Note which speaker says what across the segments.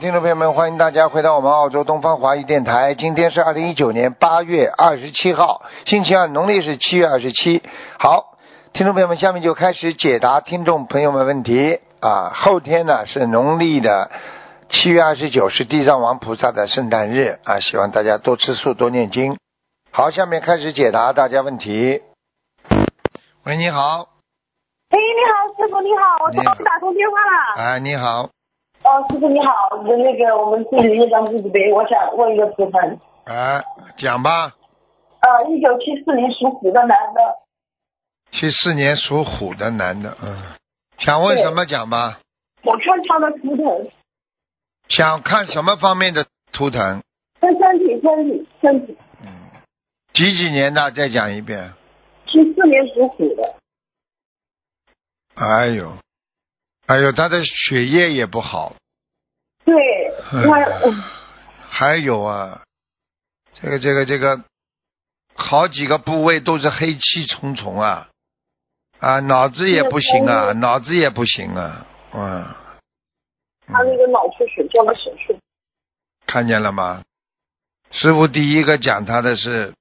Speaker 1: 听众朋友们，欢迎大家回到我们澳洲东方华语电台。今天是二零一九年八月二十七号，星期二，农历是七月二十七。好，听众朋友们，下面就开始解答听众朋友们问题啊。后天呢是农历的七月二十九，是地藏王菩萨的圣诞日啊，希望大家多吃素，多念经。好，下面开始解答大家问题。喂，你好，
Speaker 2: 哎，你好，师傅你好，我
Speaker 1: 你好
Speaker 2: 终于打通电话了。
Speaker 1: 哎，你好，
Speaker 2: 哦，师傅你好，那个我们自己业障自己背，我想问一个图腾。
Speaker 1: 哎，讲吧。
Speaker 2: 呃，一九七四年属虎的男的，
Speaker 1: 七四年属虎的男的，嗯，想问什么讲吧？
Speaker 2: 我看他的图腾，
Speaker 1: 想看什么方面的图腾？
Speaker 2: 他身体身体身体，
Speaker 1: 几几年的？再讲一遍。
Speaker 2: 七四年属虎的，
Speaker 1: 哎呦，哎呦，他的血液也不好，
Speaker 2: 对，他嗯
Speaker 1: 还有啊，这个这个这个，好几个部位都是黑气重重啊，啊，脑子也不行啊，脑子也不行啊，嗯，
Speaker 2: 他那个脑出血做了手术，
Speaker 1: 看见了吗？师傅第一个讲他的是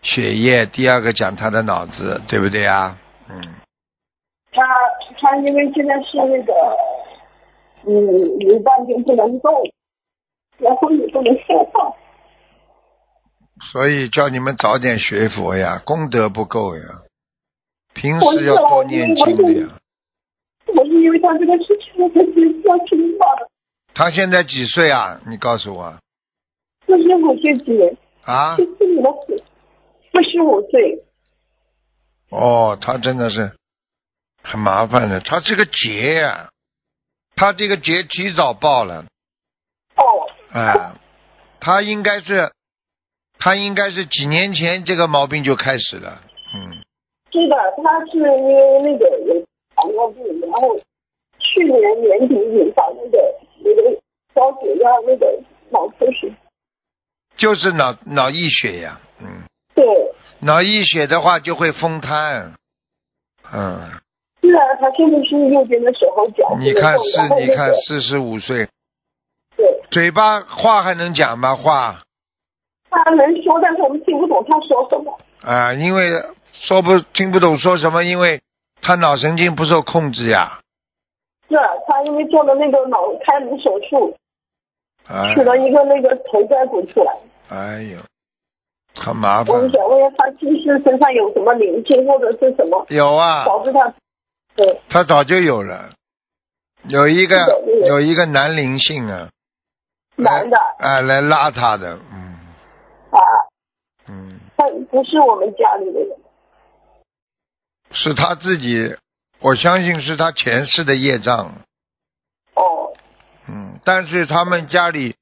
Speaker 1: 血液，第二个讲他的脑子，对不对啊？嗯，
Speaker 2: 他他因为现在是那个，嗯，有半天不能动，然后也不能说话。
Speaker 1: 所以叫你们早点学佛呀，功德不够呀，平
Speaker 2: 我
Speaker 1: 时
Speaker 2: 知
Speaker 1: 要
Speaker 2: 道
Speaker 1: 多
Speaker 2: 我
Speaker 1: 念
Speaker 2: 我
Speaker 1: 经的呀。
Speaker 2: 我是因为他这个事情，我才知道听话的。
Speaker 1: 他现在几岁啊？你告诉我
Speaker 2: 四十五岁姐，
Speaker 1: 啊
Speaker 2: 这？是你的虎，四十五岁，
Speaker 1: 哦，他真的是很麻烦的，他这个劫呀、他这个劫提早报了。
Speaker 2: 哦，
Speaker 1: 啊，他应该是，他应该是几年前这个毛病就开始了，嗯，
Speaker 2: 是的，他是因为那个有糖尿病，然后去年年底引发那个那个高血压那个脑出血，
Speaker 1: 就是脑脑溢血呀，嗯，
Speaker 2: 对，
Speaker 1: 脑溢血的话就会风瘫，嗯，
Speaker 2: 是啊，他现在是右边的手和脚
Speaker 1: 你看
Speaker 2: 不能动然后
Speaker 1: 是，
Speaker 2: 那
Speaker 1: 你
Speaker 2: 个
Speaker 1: 看四十五岁，
Speaker 2: 对，
Speaker 1: 嘴巴话还能讲吗？话
Speaker 2: 他能说，但是我们听不懂他说什么，
Speaker 1: 啊，因为说不听不懂说什么，因为他脑神经不受控制呀，
Speaker 2: 是啊，他因为做了那个脑开颅手术，
Speaker 1: 哎
Speaker 2: 取，了一个那个头盖骨出来。
Speaker 1: 哎呦，很麻
Speaker 2: 我
Speaker 1: 烦，
Speaker 2: 们想问一下，他是不是身上有什么灵性或者是什么
Speaker 1: 有啊，
Speaker 2: 导致他？对，
Speaker 1: 他早就有了，有一个
Speaker 2: 是的是的
Speaker 1: 有一个男灵性啊，
Speaker 2: 男的
Speaker 1: 哎，来拉他的，嗯
Speaker 2: 啊，
Speaker 1: 嗯，
Speaker 2: 他不是我们家里的人。
Speaker 1: 是他自己，我相信是他前世的业障，
Speaker 2: 哦，
Speaker 1: 嗯，但是他们家里，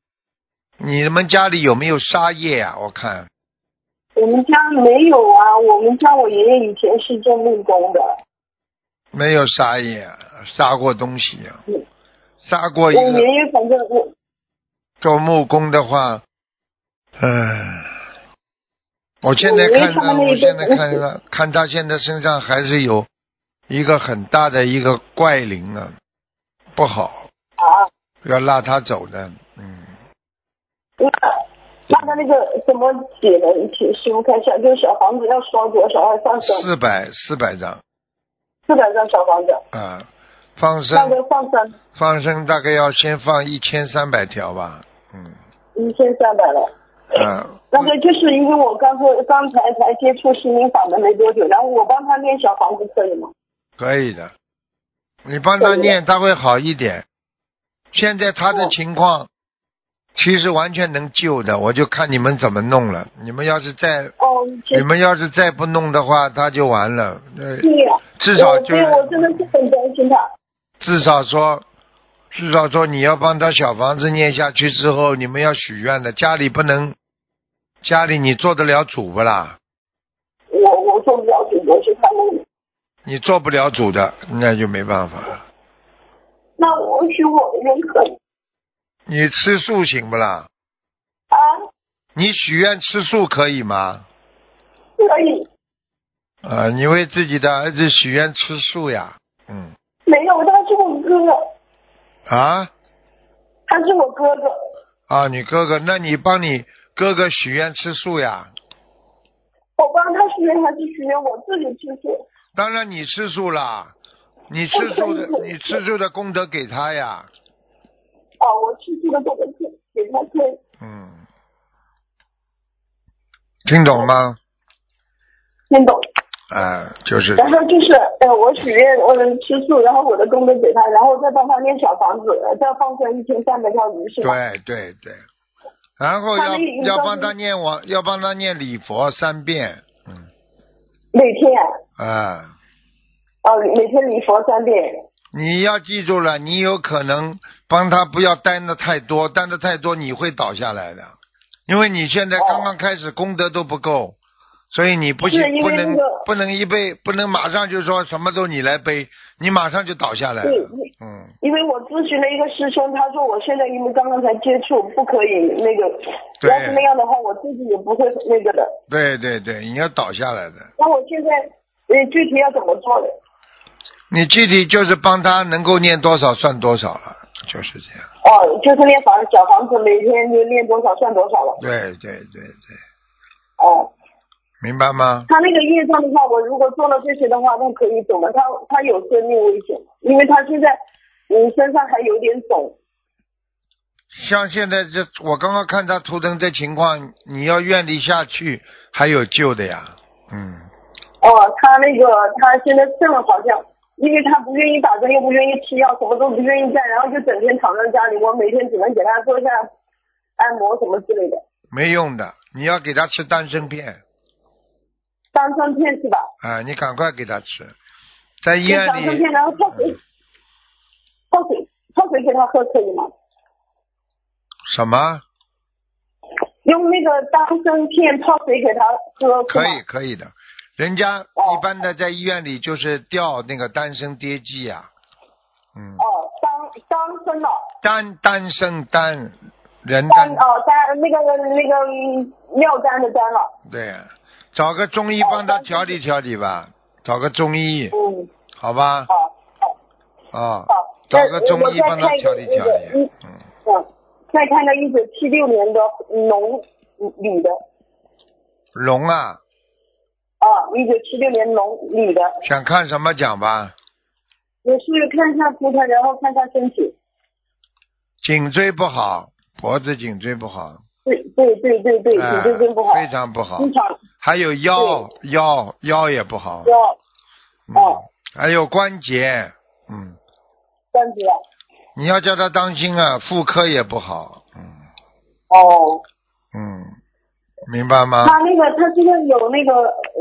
Speaker 1: 你们家里有没有杀业啊？我看
Speaker 2: 我们家没有啊，我们家我爷爷以前是做木工的，
Speaker 1: 没有杀业啊，杀过东西啊
Speaker 2: 嗯，
Speaker 1: 杀过
Speaker 2: 我
Speaker 1: 一个
Speaker 2: 爷爷反正我
Speaker 1: 做木工的话，唉，我现在
Speaker 2: 我爷爷
Speaker 1: 看
Speaker 2: 他
Speaker 1: 他，
Speaker 2: 们那
Speaker 1: 我
Speaker 2: 边
Speaker 1: 现在看他，看他现在身上还是有一个很大的一个怪灵啊，不好，
Speaker 2: 啊，
Speaker 1: 要拉他走的，嗯，
Speaker 2: 那那他那个怎么解的？请师傅看一下，就是小房子要烧多少，要放生
Speaker 1: 四百四百张
Speaker 2: 四百张小房子，
Speaker 1: 啊，放
Speaker 2: 那
Speaker 1: 生
Speaker 2: 个放生
Speaker 1: 放生大概要先放一千三百条吧，嗯，
Speaker 2: 一千三百了。
Speaker 1: 啊，
Speaker 2: 那个就是因为我刚才刚才才接触心灵法门没多久，然后我帮他念小房子可以吗？
Speaker 1: 可以的，你帮他
Speaker 2: 可以的
Speaker 1: 念，他会好一点。现在他的情况其实完全能救的，我就看你们怎么弄了。你们要是再
Speaker 2: 哦，谢
Speaker 1: 你
Speaker 2: 谢
Speaker 1: 们要是再不弄的话，他就完了。呃，
Speaker 2: 你啊。
Speaker 1: 至少
Speaker 2: 我
Speaker 1: 就
Speaker 2: 对我真的是很担心他。
Speaker 1: 至少说，至少说你要帮他小房子念下去之后，你们要许愿的，家里不能，家里你做得了主不啦？
Speaker 2: 我我做不了主，我是他们。
Speaker 1: 你做不了主的，那就没办法了。
Speaker 2: 那我许我的人可以
Speaker 1: 你吃素行不啦？
Speaker 2: 啊，
Speaker 1: 你许愿吃素可以吗？
Speaker 2: 可以。
Speaker 1: 啊，你为自己的儿子许愿吃素呀？嗯
Speaker 2: 没有，他是我哥，
Speaker 1: 啊，
Speaker 2: 他他是我哥哥，
Speaker 1: 啊，你哥哥，那你帮你哥哥许愿吃素呀？
Speaker 2: 我帮他许愿还是许愿我自己吃素？
Speaker 1: 当然你吃素啦，你吃素的
Speaker 2: 我，吃素
Speaker 1: 你吃素的功德给他呀。
Speaker 2: 啊，我吃素的给他推，给他推。
Speaker 1: 嗯，听懂吗？
Speaker 2: 听懂。
Speaker 1: 啊，就是
Speaker 2: 然后就是，呃，我许愿我能吃素，然后我的功德给他，然后再帮他念小房子，呃再放生一千三百条鱼，是吧？
Speaker 1: 对对对，然后
Speaker 2: 他
Speaker 1: 要
Speaker 2: 那个
Speaker 1: 要
Speaker 2: 银
Speaker 1: 帮
Speaker 2: 章
Speaker 1: 他念往，要帮他念礼佛三遍，嗯
Speaker 2: 每天，
Speaker 1: 啊。
Speaker 2: 呃，每天礼佛三遍。
Speaker 1: 你要记住了，你有可能帮他不要担的太多，担的太多你会倒下来的，因为你现在刚刚开始，功德都不够，所以你不行
Speaker 2: 是哦因
Speaker 1: 不
Speaker 2: 为那
Speaker 1: 能
Speaker 2: 个
Speaker 1: 不能一背不能马上就说什么都你来背，你马上就倒下来
Speaker 2: 对
Speaker 1: 了，，嗯，
Speaker 2: 因为我咨询了一个师兄，他说我现在因为刚刚才接触，不可以那个，
Speaker 1: 对
Speaker 2: 要是那样的话，我自己也不会那个的。
Speaker 1: 对对对，你要倒下来的，
Speaker 2: 那我现在，呃，具体要怎么做呢？
Speaker 1: 你具体就是帮他能够念多少算多少了，就是这样，
Speaker 2: 哦，就是练房小房子，每天就练多少算多少了。
Speaker 1: 对对对对，
Speaker 2: 哦，
Speaker 1: 明白吗？
Speaker 2: 他那个业障的话，我如果做了这些的话，那可以走了。他他有生命危险，因为他现在嗯身上还有点肿。
Speaker 1: 像现在这，我刚刚看他图腾这情况，你要愿力下去，还有救的呀。嗯，
Speaker 2: 哦，他那个他现在肾好像，因为他不愿意打针，又不愿意吃药，什么都不愿意干，然后就整天躺在家里。我每天只能给他做一下按摩什么之类的，
Speaker 1: 没用的，你要给他吃丹参片
Speaker 2: 丹参片是吧？
Speaker 1: 啊，你赶快给他吃，在医
Speaker 2: 给
Speaker 1: 院
Speaker 2: 丹参
Speaker 1: 里
Speaker 2: 片，然后泡水，泡水泡水给他喝可以吗？
Speaker 1: 什么
Speaker 2: 用那个丹参片泡水给他喝是哦
Speaker 1: 可
Speaker 2: 吗
Speaker 1: 以可以的，人家一般的在医院里就是吊那个丹参跌剂呀、嗯，
Speaker 2: 哦，丹丹参了，
Speaker 1: 丹丹参丹人
Speaker 2: 丹
Speaker 1: 丹
Speaker 2: 哦丹那个那个嗯尿丹的丹了，
Speaker 1: 对呀、找个中医帮他调理调理吧，找个中医
Speaker 2: 嗯，
Speaker 1: 好吧
Speaker 2: 哦哦
Speaker 1: 啊。
Speaker 2: 哦，
Speaker 1: 找
Speaker 2: 那
Speaker 1: 个
Speaker 2: 我
Speaker 1: 中
Speaker 2: 我
Speaker 1: 医
Speaker 2: 再
Speaker 1: 帮他
Speaker 2: 看一
Speaker 1: 调
Speaker 2: 个
Speaker 1: 理
Speaker 2: 那
Speaker 1: 调
Speaker 2: 个
Speaker 1: 理。
Speaker 2: 一
Speaker 1: 嗯，
Speaker 2: 嗯，再看看一九七六年的龙嗯女的，
Speaker 1: 龙啊，
Speaker 2: 啊，一九七六年龙女的，
Speaker 1: 想看什么讲吧？
Speaker 2: 也是看一下图腾，然后看一下身体。
Speaker 1: 颈椎不好，脖子颈椎不好，
Speaker 2: 对对对对对，颈
Speaker 1: 哎
Speaker 2: 椎真不好，嗯
Speaker 1: 非常不好，
Speaker 2: 经常
Speaker 1: 还有腰腰腰也不好，
Speaker 2: 要
Speaker 1: 嗯
Speaker 2: 哦，
Speaker 1: 还有关节，嗯，
Speaker 2: 这样子啊。
Speaker 1: 你要叫他当心啊，妇科也不好，嗯
Speaker 2: 哦，
Speaker 1: 嗯，明白吗？
Speaker 2: 他那个他现在有那个呃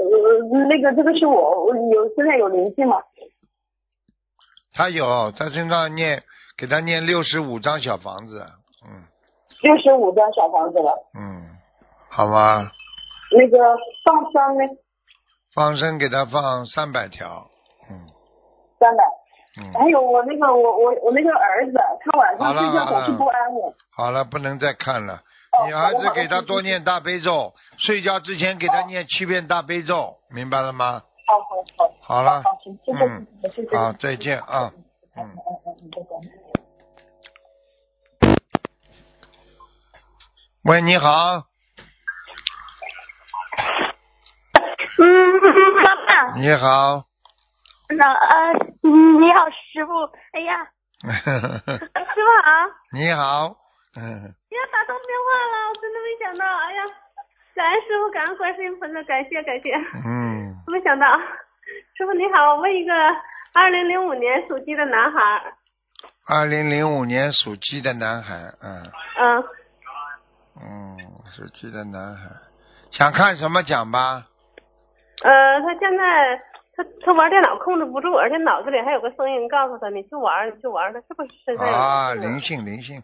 Speaker 2: 那个这个是我我有现在有灵性嘛？
Speaker 1: 他有，他身上念给他念六十五张小房子，嗯
Speaker 2: 六十五张小房子了，
Speaker 1: 嗯，好吗？
Speaker 2: 那个放生呢
Speaker 1: 放生给他放三百条，嗯
Speaker 2: 三百。
Speaker 1: 嗯。
Speaker 2: 还有我那个我我我那个儿子，他晚
Speaker 1: 好了
Speaker 2: 上睡觉
Speaker 1: 好
Speaker 2: 总
Speaker 1: 了
Speaker 2: 是不安稳。
Speaker 1: 好了，不能再看了。
Speaker 2: 哦
Speaker 1: 你儿
Speaker 2: 好的
Speaker 1: 子
Speaker 2: 好的
Speaker 1: 给他多念大悲咒，睡觉之前给他念七遍大悲咒，明白了吗？
Speaker 2: 好好好。
Speaker 1: 好了，
Speaker 2: 好，行，谢谢
Speaker 1: 嗯
Speaker 2: 谢谢谢谢。
Speaker 1: 好，再见啊。嗯，
Speaker 2: 嗯嗯嗯，再见。
Speaker 1: 喂，你好，
Speaker 3: 嗯，妈妈，
Speaker 1: 你好，
Speaker 3: 那呃，你好，师傅。哎呀，师傅好，
Speaker 1: 你好， 嗯，
Speaker 3: 你要打通电话了，我真的没想到。哎呀，感恩师傅，感恩观世音菩萨，感谢感谢，
Speaker 1: 嗯，
Speaker 3: 没想到。师傅你好，我问一个二零零五年属鸡的男孩儿，
Speaker 1: 二零零五年属鸡的男孩，嗯
Speaker 3: 嗯、
Speaker 1: 嗯，属鸡的男孩，想看什么奖吧？
Speaker 3: 呃，他现在他他玩电脑控制不住，而且脑子里还有个声音告诉他你去玩儿，你去玩儿，他是不是身上有
Speaker 1: 啊，
Speaker 3: 灵性
Speaker 1: 灵性灵性，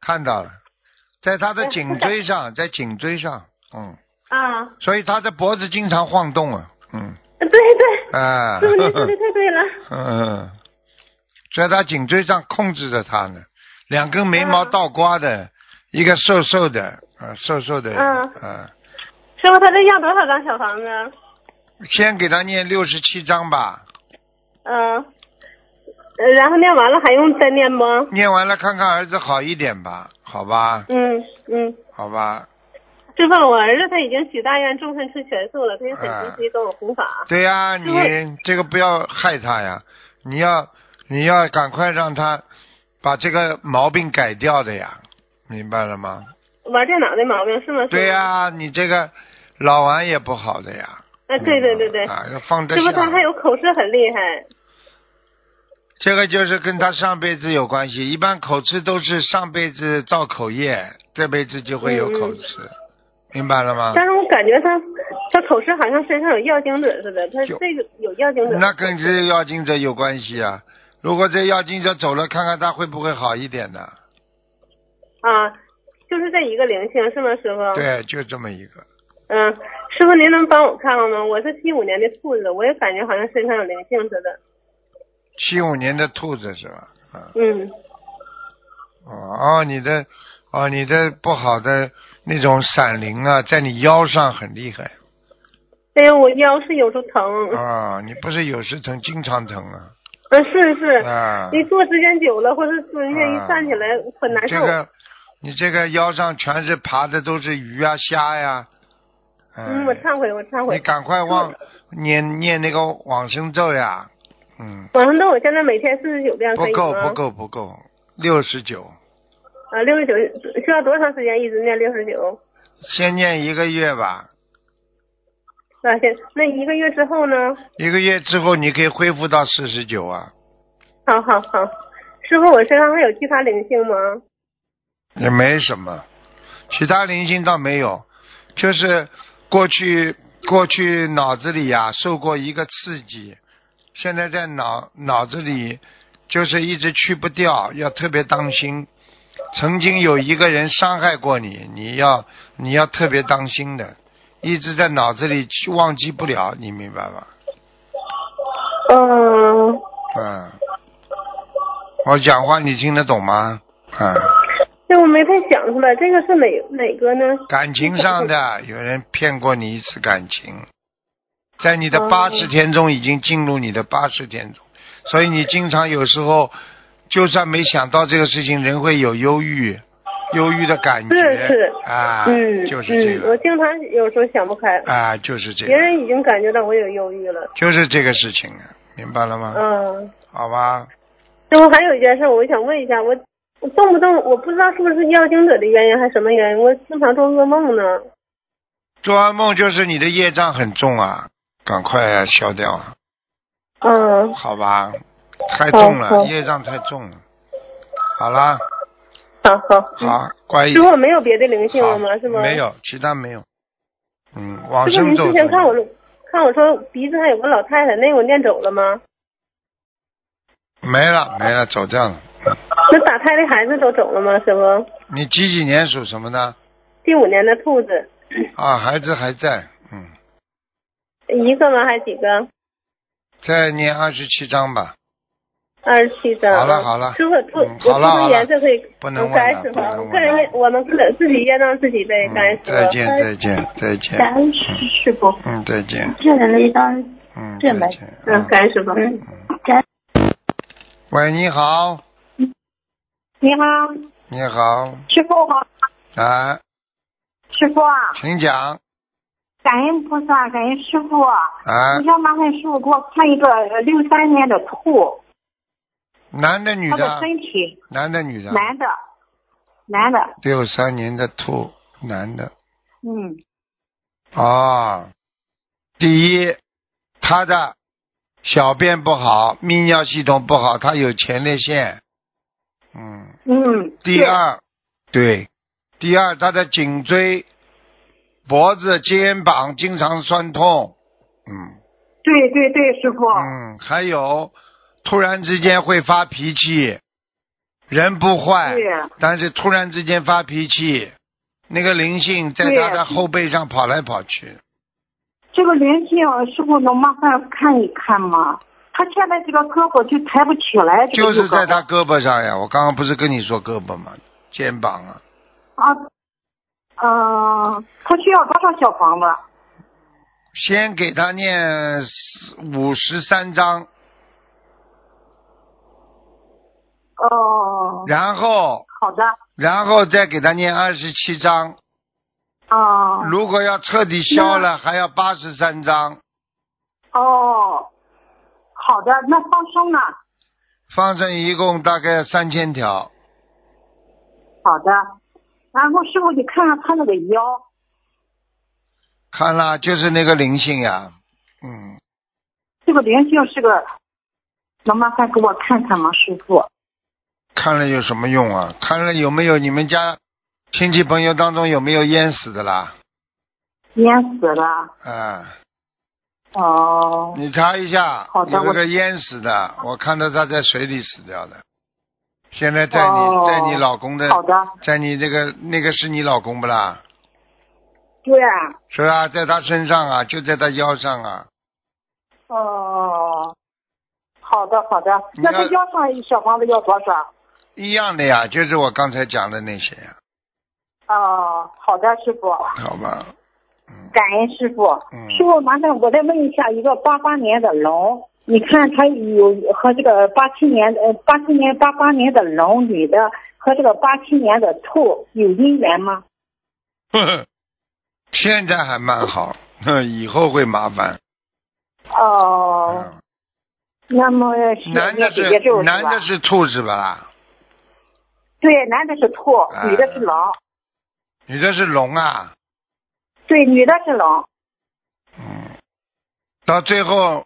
Speaker 1: 看到了，在他
Speaker 2: 哎
Speaker 1: 的颈椎上，在颈椎上，嗯。
Speaker 3: 啊？
Speaker 1: 所以他的脖子经常晃动啊，嗯，
Speaker 3: 对对，
Speaker 1: 啊，
Speaker 3: 师傅您说的太对了。
Speaker 1: 嗯，在他颈椎上控制着他呢，两根眉毛倒刮的，一个瘦瘦的，啊，瘦瘦的人，
Speaker 3: 嗯
Speaker 1: 啊，
Speaker 3: 师傅，他这要多少张小房子啊？呃
Speaker 1: 先给他念六十七章吧，
Speaker 3: 嗯，
Speaker 4: 呃然后念完了还用再念吗？
Speaker 1: 念完了看看儿子好一点吧，好吧，
Speaker 4: 嗯嗯，
Speaker 1: 好吧。
Speaker 4: 师傅，我儿子他已经许大愿终身吃全素了，他也很积极跟我弘法。
Speaker 1: 对呀、
Speaker 4: 师傅
Speaker 1: 你这个不要害他呀，你要你要赶快让他把这个毛病改掉的呀，明白了吗？
Speaker 4: 玩电脑的毛病 是吗？师傅
Speaker 1: 对呀、。你这个老玩也不好的呀。
Speaker 4: 啊，对对对对，
Speaker 1: 啊，要放得
Speaker 4: 师傅他还
Speaker 1: 下。
Speaker 4: 有口吃很厉害。
Speaker 1: 这个就是跟他上辈子有关系，一般口吃都是上辈子造口业，这辈子就会有口吃，
Speaker 4: 嗯
Speaker 1: 明白了吗？
Speaker 4: 但是我感觉他他口吃好像身上有药精子似的，他
Speaker 1: 有
Speaker 4: 这个有药精子。
Speaker 1: 那跟这药精者有关系啊。如果这药精者走了，看看他会不会好一点呢？
Speaker 4: 啊，就是这一个灵性是吗，师傅？。
Speaker 1: 对，就这么一个。
Speaker 4: 嗯，师傅您能帮我看看吗？我是七五年的兔子，我也感觉好像身上有灵性似的。
Speaker 1: 七五年的兔子是吧？啊，
Speaker 4: 嗯，
Speaker 1: 哦，你的，哦，你的不好的那种闪灵啊，在你腰上很厉害
Speaker 4: 哎呦，我腰是有时候疼，
Speaker 1: 啊，你不是有时疼，经常疼啊，
Speaker 4: 嗯，是是，
Speaker 1: 啊，
Speaker 4: 一坐时间久了，或者蹲下
Speaker 1: 啊
Speaker 4: 一站起来很难受。
Speaker 1: 这个，你这个腰上全是爬的都是鱼啊、虾呀、哎
Speaker 4: 嗯，我忏悔，我忏
Speaker 1: 你
Speaker 4: 悔。
Speaker 1: 赶快
Speaker 4: 嗯
Speaker 1: 往念念那个往生咒呀，嗯，
Speaker 4: 晚上都我现在每天四十九遍可
Speaker 1: 不
Speaker 4: 以
Speaker 1: 够
Speaker 4: 吗？
Speaker 1: 不够不够，六十九，
Speaker 4: 啊，六十九需要多长时间一直念六十九？
Speaker 1: 先念一个月吧，
Speaker 4: 那行，那一个月之后呢？
Speaker 1: 一个月之后你可以恢复到四十九啊。
Speaker 4: 好好好，师傅，我身上还有其他灵性吗？
Speaker 1: 也没什么，其他灵性倒没有，就是过去过去脑子里呀、受过一个刺激，现在在脑脑子里就是一直去不掉，要特别当心。曾经有一个人伤害过你，你要你要特别当心的，一直在脑子里去忘记不了，你明白吗？
Speaker 4: 嗯，
Speaker 1: 嗯，我讲话你听得懂吗？嗯，
Speaker 4: 这我没太想出来，这个是哪哪个呢？
Speaker 1: 感情上 的，有人骗过你一次感情，在你
Speaker 4: 哦
Speaker 1: 的八十天中已经进入你的八十天中，所以你经常有时候就算没想到这个事情，人会有忧郁，忧郁的感觉，
Speaker 4: 是是
Speaker 1: 啊，
Speaker 4: 嗯，
Speaker 1: 就是这
Speaker 4: 嗯，我
Speaker 1: 个，
Speaker 4: 经常有时候想不开，
Speaker 1: 啊，就是这
Speaker 4: 别
Speaker 1: 个，
Speaker 4: 人已经感觉到我有忧郁了。
Speaker 1: 就是这个事情啊，明白了吗？
Speaker 4: 嗯，
Speaker 1: 好吧，
Speaker 4: 然后还有一件事，我想问一下，我我动不动我不知道是不是药精者的原因还是什么原因，我经常做噩梦呢。
Speaker 1: 做完梦就是你的业障很重啊，赶快、啊、消掉啊，
Speaker 4: 嗯，
Speaker 1: 好吧，太重
Speaker 4: 好
Speaker 1: 了，
Speaker 4: 好
Speaker 1: 业障太重了，好啦，
Speaker 4: 好好。
Speaker 1: 好，乖一点
Speaker 4: 师。傅没有别的灵性
Speaker 1: 啊好，
Speaker 4: 了吗？是吗？
Speaker 1: 没。有，其他没有。嗯，往
Speaker 4: 师傅，
Speaker 1: 生
Speaker 4: 您
Speaker 1: 咒
Speaker 4: 之
Speaker 1: 都
Speaker 4: 前看我
Speaker 1: 有
Speaker 4: 看我说鼻子上有个老太太，那个我念走了吗？
Speaker 1: 没了没了，走掉了。
Speaker 4: 那打胎的孩子都走了吗？师傅，
Speaker 1: 你几几年属什么的？
Speaker 4: 第五年的兔子，
Speaker 1: 啊，孩子还在，嗯，
Speaker 4: 一个吗？还几个？
Speaker 1: 再念二十七章吧，
Speaker 4: 二十七张。
Speaker 1: 好了好了
Speaker 4: 师傅，兔，
Speaker 1: 嗯好了
Speaker 4: 我
Speaker 1: 好
Speaker 4: 兔
Speaker 1: 了
Speaker 4: 子颜色可以，
Speaker 1: 不能
Speaker 4: 嗯感
Speaker 1: 问了
Speaker 4: 恩师
Speaker 1: 不能
Speaker 4: 傅，我
Speaker 1: 问
Speaker 4: 个人
Speaker 1: 了
Speaker 4: 也我们自个自己业障自己背，
Speaker 1: 嗯
Speaker 4: 感恩师傅。
Speaker 1: 再见再见再见，
Speaker 3: 恩师师傅，
Speaker 1: 嗯再见，
Speaker 3: 这人的一张，
Speaker 1: 嗯
Speaker 3: 这
Speaker 1: 再
Speaker 3: 没
Speaker 1: 见。
Speaker 4: 嗯，
Speaker 1: 嗯，
Speaker 4: 感恩师傅。
Speaker 3: 嗯，感
Speaker 1: 喂，你好，
Speaker 3: 你好，
Speaker 1: 你好，
Speaker 3: 师傅好，
Speaker 1: 啊，
Speaker 3: 师傅啊，
Speaker 1: 请讲
Speaker 3: 感恩菩萨，感恩师傅，
Speaker 1: 啊
Speaker 3: 你，想麻烦师傅给我看一个呃六三年的兔，
Speaker 1: 男的女
Speaker 3: 他的
Speaker 1: 的，
Speaker 3: 身体，
Speaker 1: 男的女的，啊
Speaker 3: 男的，男的，
Speaker 1: 六三年的兔，男的，
Speaker 3: 嗯，
Speaker 1: 啊，第一，他的小便不好，泌尿系统不好，他有前列腺。嗯，
Speaker 3: 嗯，
Speaker 1: 第
Speaker 3: 是，
Speaker 1: 二，对，第二，他的颈椎、脖子、肩膀经常酸痛。嗯
Speaker 3: 对对对，师傅，
Speaker 1: 嗯，还有，突然之间会发脾气，人不坏，
Speaker 3: 是
Speaker 1: 但是突然之间发脾气，那个灵性在他
Speaker 3: 对
Speaker 1: 的后背上跑来跑去。
Speaker 3: 这个灵性师傅能麻烦看一看吗？他现在这个胳膊就抬不起来，这
Speaker 1: 就
Speaker 3: 个右
Speaker 1: 是在
Speaker 3: 胳膊
Speaker 1: 他胳膊上呀，我刚刚不是跟你说胳膊吗？肩膀啊，
Speaker 3: 啊，
Speaker 2: 呃
Speaker 3: 嗯，他需要多少小房子？
Speaker 1: 先给他念五十三章，
Speaker 2: 哦，
Speaker 1: 然后
Speaker 2: 好的，
Speaker 1: 然后再给他念二十七章。
Speaker 2: 哦
Speaker 1: 如果要彻底消了，还要八十三章。
Speaker 2: 哦，好的，那放生呢？
Speaker 1: 放生一共大概三千条，
Speaker 2: 好的，然后师傅你看看他那个腰，
Speaker 1: 看了就是那个灵性呀、嗯，
Speaker 2: 这个灵性是个，能麻烦给我看看吗，师傅？
Speaker 1: 看了有什么用啊？看了有没有你们家亲戚朋友当中有没有淹死的啦？
Speaker 2: 淹死了。
Speaker 1: 啊、
Speaker 2: 哦，
Speaker 1: 你查一下，
Speaker 2: 好的
Speaker 1: 有一
Speaker 2: 我
Speaker 1: 个淹死的，我看到他在水里死掉的，现在在你、
Speaker 2: 哦
Speaker 1: 在你老公的，
Speaker 2: 好的，
Speaker 1: 在你这个那个是你老公不啦？
Speaker 2: 对，
Speaker 1: 是吧？在他身上啊，就在他腰上啊，
Speaker 2: 哦，好的好的，
Speaker 1: 你
Speaker 2: 那
Speaker 1: 看
Speaker 2: 他腰上小房子要多少？
Speaker 1: 一样的呀，就是我刚才讲的那些呀，
Speaker 2: 哦，好的，师傅，
Speaker 1: 好吧？
Speaker 2: 感恩师傅。
Speaker 1: 嗯
Speaker 2: 师傅，麻烦我再问一下，一个八八年的龙，你看他有和这个八七年呃八七年八八年的龙女的和这个八七年的兔有姻缘吗？
Speaker 1: 呵呵， 现在还蛮好， 哼以后会麻烦。
Speaker 2: 哦，
Speaker 1: 嗯
Speaker 2: 那么是
Speaker 1: 男
Speaker 2: 要
Speaker 1: 的
Speaker 2: 姐姐咒
Speaker 1: 是男的
Speaker 2: 吧
Speaker 1: 是兔是吧啦？
Speaker 2: 对，男的是兔，
Speaker 1: 嗯
Speaker 2: 女的是龙，
Speaker 1: 女的是龙啊，
Speaker 2: 对，女的是龙。
Speaker 1: 嗯，到最后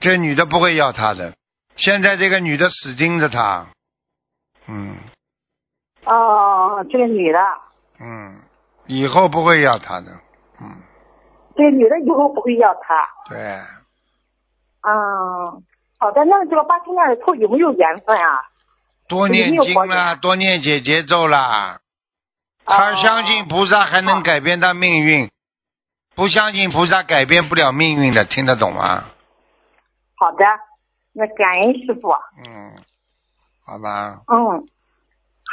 Speaker 1: 这女的不会要他的，现在这个女的死盯着他，嗯
Speaker 2: 哦，这个女的，
Speaker 1: 嗯，以后不会要他的，嗯，
Speaker 2: 对，女的以后不会要他。
Speaker 1: 对，
Speaker 2: 嗯，好的，那这个八七年的兔有没有缘分啊？
Speaker 1: 多念经啦，多念姐姐咒啦，他
Speaker 2: 哦
Speaker 1: 相信菩萨还能改变他命运，不相信菩萨改变不了命运的，听得懂吗？
Speaker 2: 好的，那感恩师傅。
Speaker 1: 嗯，好吧，
Speaker 2: 嗯，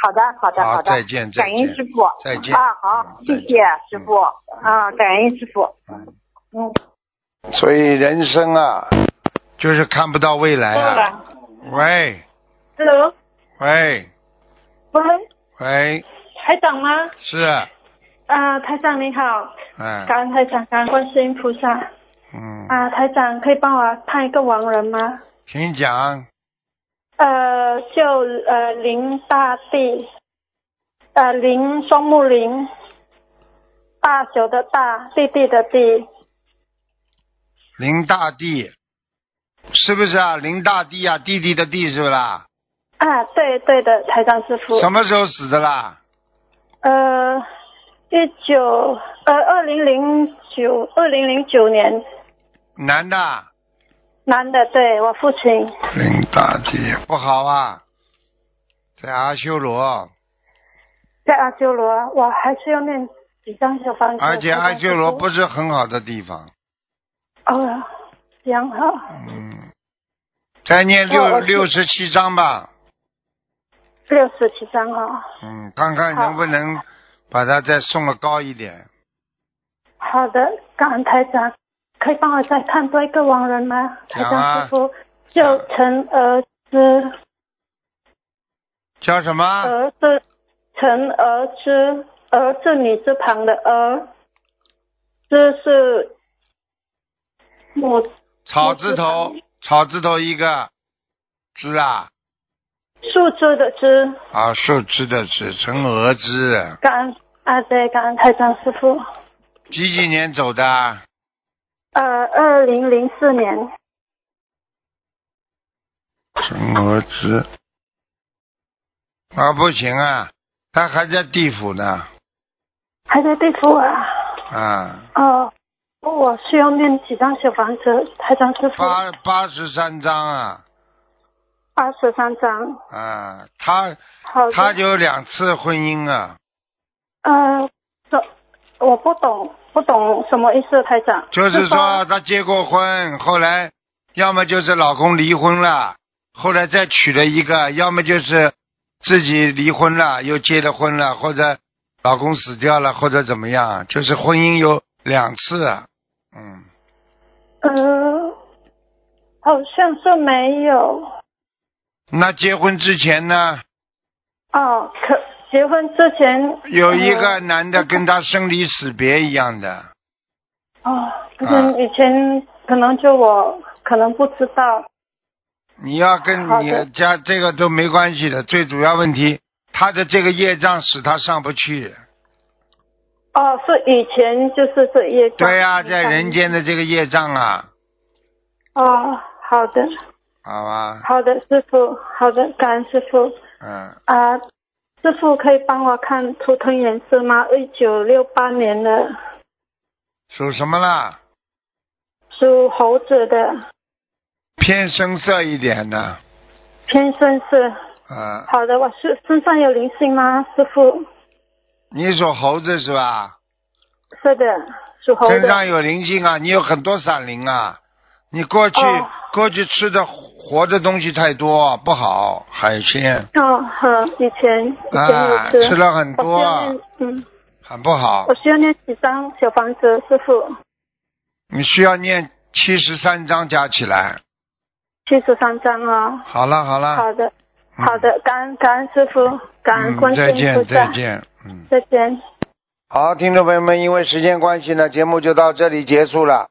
Speaker 2: 好的，好的，
Speaker 1: 好
Speaker 2: 的。
Speaker 1: 再见再
Speaker 2: 感恩
Speaker 1: 见
Speaker 2: 师傅。
Speaker 1: 再见
Speaker 2: 啊，好，
Speaker 1: 嗯
Speaker 2: 谢
Speaker 1: 再
Speaker 2: 谢
Speaker 1: 见
Speaker 2: 师傅。啊，感恩师傅。
Speaker 1: 嗯
Speaker 2: 嗯。
Speaker 1: 所以人生啊，就是看不到未来啊。喂
Speaker 3: Hello，
Speaker 1: 喂
Speaker 3: 喂，
Speaker 1: 喂，
Speaker 3: 台长吗？
Speaker 1: 是，
Speaker 3: 啊，台长你好，
Speaker 1: 哎，
Speaker 3: 感恩台长，感恩观世音菩萨。
Speaker 1: 嗯，
Speaker 3: 啊，台长可以帮我看一个亡人吗？
Speaker 1: 请讲，
Speaker 3: 呃，就呃林大地，呃林双木林，大小的大，弟弟的弟，
Speaker 1: 林大帝是不是啊？林大帝啊，弟弟的弟是不是啦？
Speaker 3: 啊，对对的，台长师傅。
Speaker 1: 什么时候死的啦？
Speaker 3: 呃，一九呃二零零九二零零九年，
Speaker 1: 男的啊，
Speaker 3: 男的，对我父亲。
Speaker 1: 林大帝不好啊，在阿修罗，
Speaker 3: 在阿修罗，我还是要念几张小房子。
Speaker 1: 而且
Speaker 3: 台长
Speaker 1: 阿修罗
Speaker 3: 师父
Speaker 1: 不是很好的地方，
Speaker 3: 哦，然后
Speaker 1: 嗯，再念
Speaker 3: 哦
Speaker 1: 六
Speaker 3: 我是
Speaker 1: 六十七章吧，
Speaker 3: 六十七张哦，
Speaker 1: 嗯，看看能不能把它再送的高一点。
Speaker 3: 好的，感恩台长，可以帮我再看多一个亡人吗？台
Speaker 1: 讲啊
Speaker 3: 长师傅，就陈儿之，
Speaker 1: 叫什么？
Speaker 3: 儿是陈儿之，儿是女字旁的儿，之是母
Speaker 1: 草字头，草字头一个枝啊，
Speaker 3: 树枝的枝，
Speaker 1: 啊，树枝的枝，成鹅枝。
Speaker 3: 感恩啊对，感恩台长师傅，
Speaker 1: 几几年走的？
Speaker 3: 呃，二零零四年，
Speaker 1: 成鹅枝。啊，不行啊，他还在地府呢。
Speaker 3: 还在地府啊。
Speaker 1: 啊，
Speaker 3: 哦，我需要念几张小房子，台长师傅
Speaker 1: 八八十三章啊，
Speaker 3: 二十三张，
Speaker 1: 啊，他
Speaker 3: 好的。
Speaker 1: 他有两次婚姻啊，
Speaker 3: 呃，这我不懂，不懂什么意思，台长。
Speaker 1: 就是说他结过婚，后来要么就是老公离婚了，后来再娶了一个，要么就是自己离婚了又结了婚了，或者老公死掉了或者怎么样，就是婚姻有两次啊，嗯，
Speaker 3: 呃，好像是没有，
Speaker 1: 那结婚之前呢，
Speaker 3: 哦，可结婚之前
Speaker 1: 有一个
Speaker 3: 呃
Speaker 1: 男的跟他生离死别一样的，
Speaker 3: 哦，可
Speaker 1: 啊
Speaker 3: 能以前可能就我可能不知道，
Speaker 1: 你要跟
Speaker 3: 好的
Speaker 1: 你家这个都没关系的，最主要问题他的这个业障使他上不去。
Speaker 3: 哦，是以前就是这业障
Speaker 1: 对呀、在人间的这个业障啊，
Speaker 3: 哦，好的，
Speaker 1: 好吧，
Speaker 3: 好的，师傅，好的，感恩师傅
Speaker 1: 嗯，
Speaker 3: 啊、师傅可以帮我看图腾颜色吗？一九六八年的，
Speaker 1: 属什么啦？
Speaker 3: 属猴子的，
Speaker 1: 偏深色一点的，
Speaker 3: 偏深色。
Speaker 1: 嗯，
Speaker 3: 好的，我是身上有灵性吗，师傅？
Speaker 1: 你属猴子是吧？
Speaker 3: 是的，属猴
Speaker 1: 身上
Speaker 3: 的。
Speaker 1: 有灵性啊，你有很多闪灵啊，你过去、
Speaker 3: 哦
Speaker 1: 过去吃的活的东西太多，不好，海鲜
Speaker 3: 哦，好，以前以前有
Speaker 1: 啊，吃了很
Speaker 3: 我需要
Speaker 1: 多啊
Speaker 3: 念，，嗯，
Speaker 1: 很不好
Speaker 3: 我。需要念几张小房子，师傅？
Speaker 1: 你需要念七十三章加起来。
Speaker 3: 七十三张啊。
Speaker 1: 好了好了，
Speaker 3: 好的，
Speaker 1: 嗯
Speaker 3: 好的，感恩感恩师傅，感恩
Speaker 1: 嗯，
Speaker 3: 观世
Speaker 1: 再
Speaker 3: 音菩
Speaker 1: 见再
Speaker 3: 萨，
Speaker 1: 见，嗯。
Speaker 3: 再见。
Speaker 1: 好，听众朋友们，因为时间关系呢，节目就到这里结束了。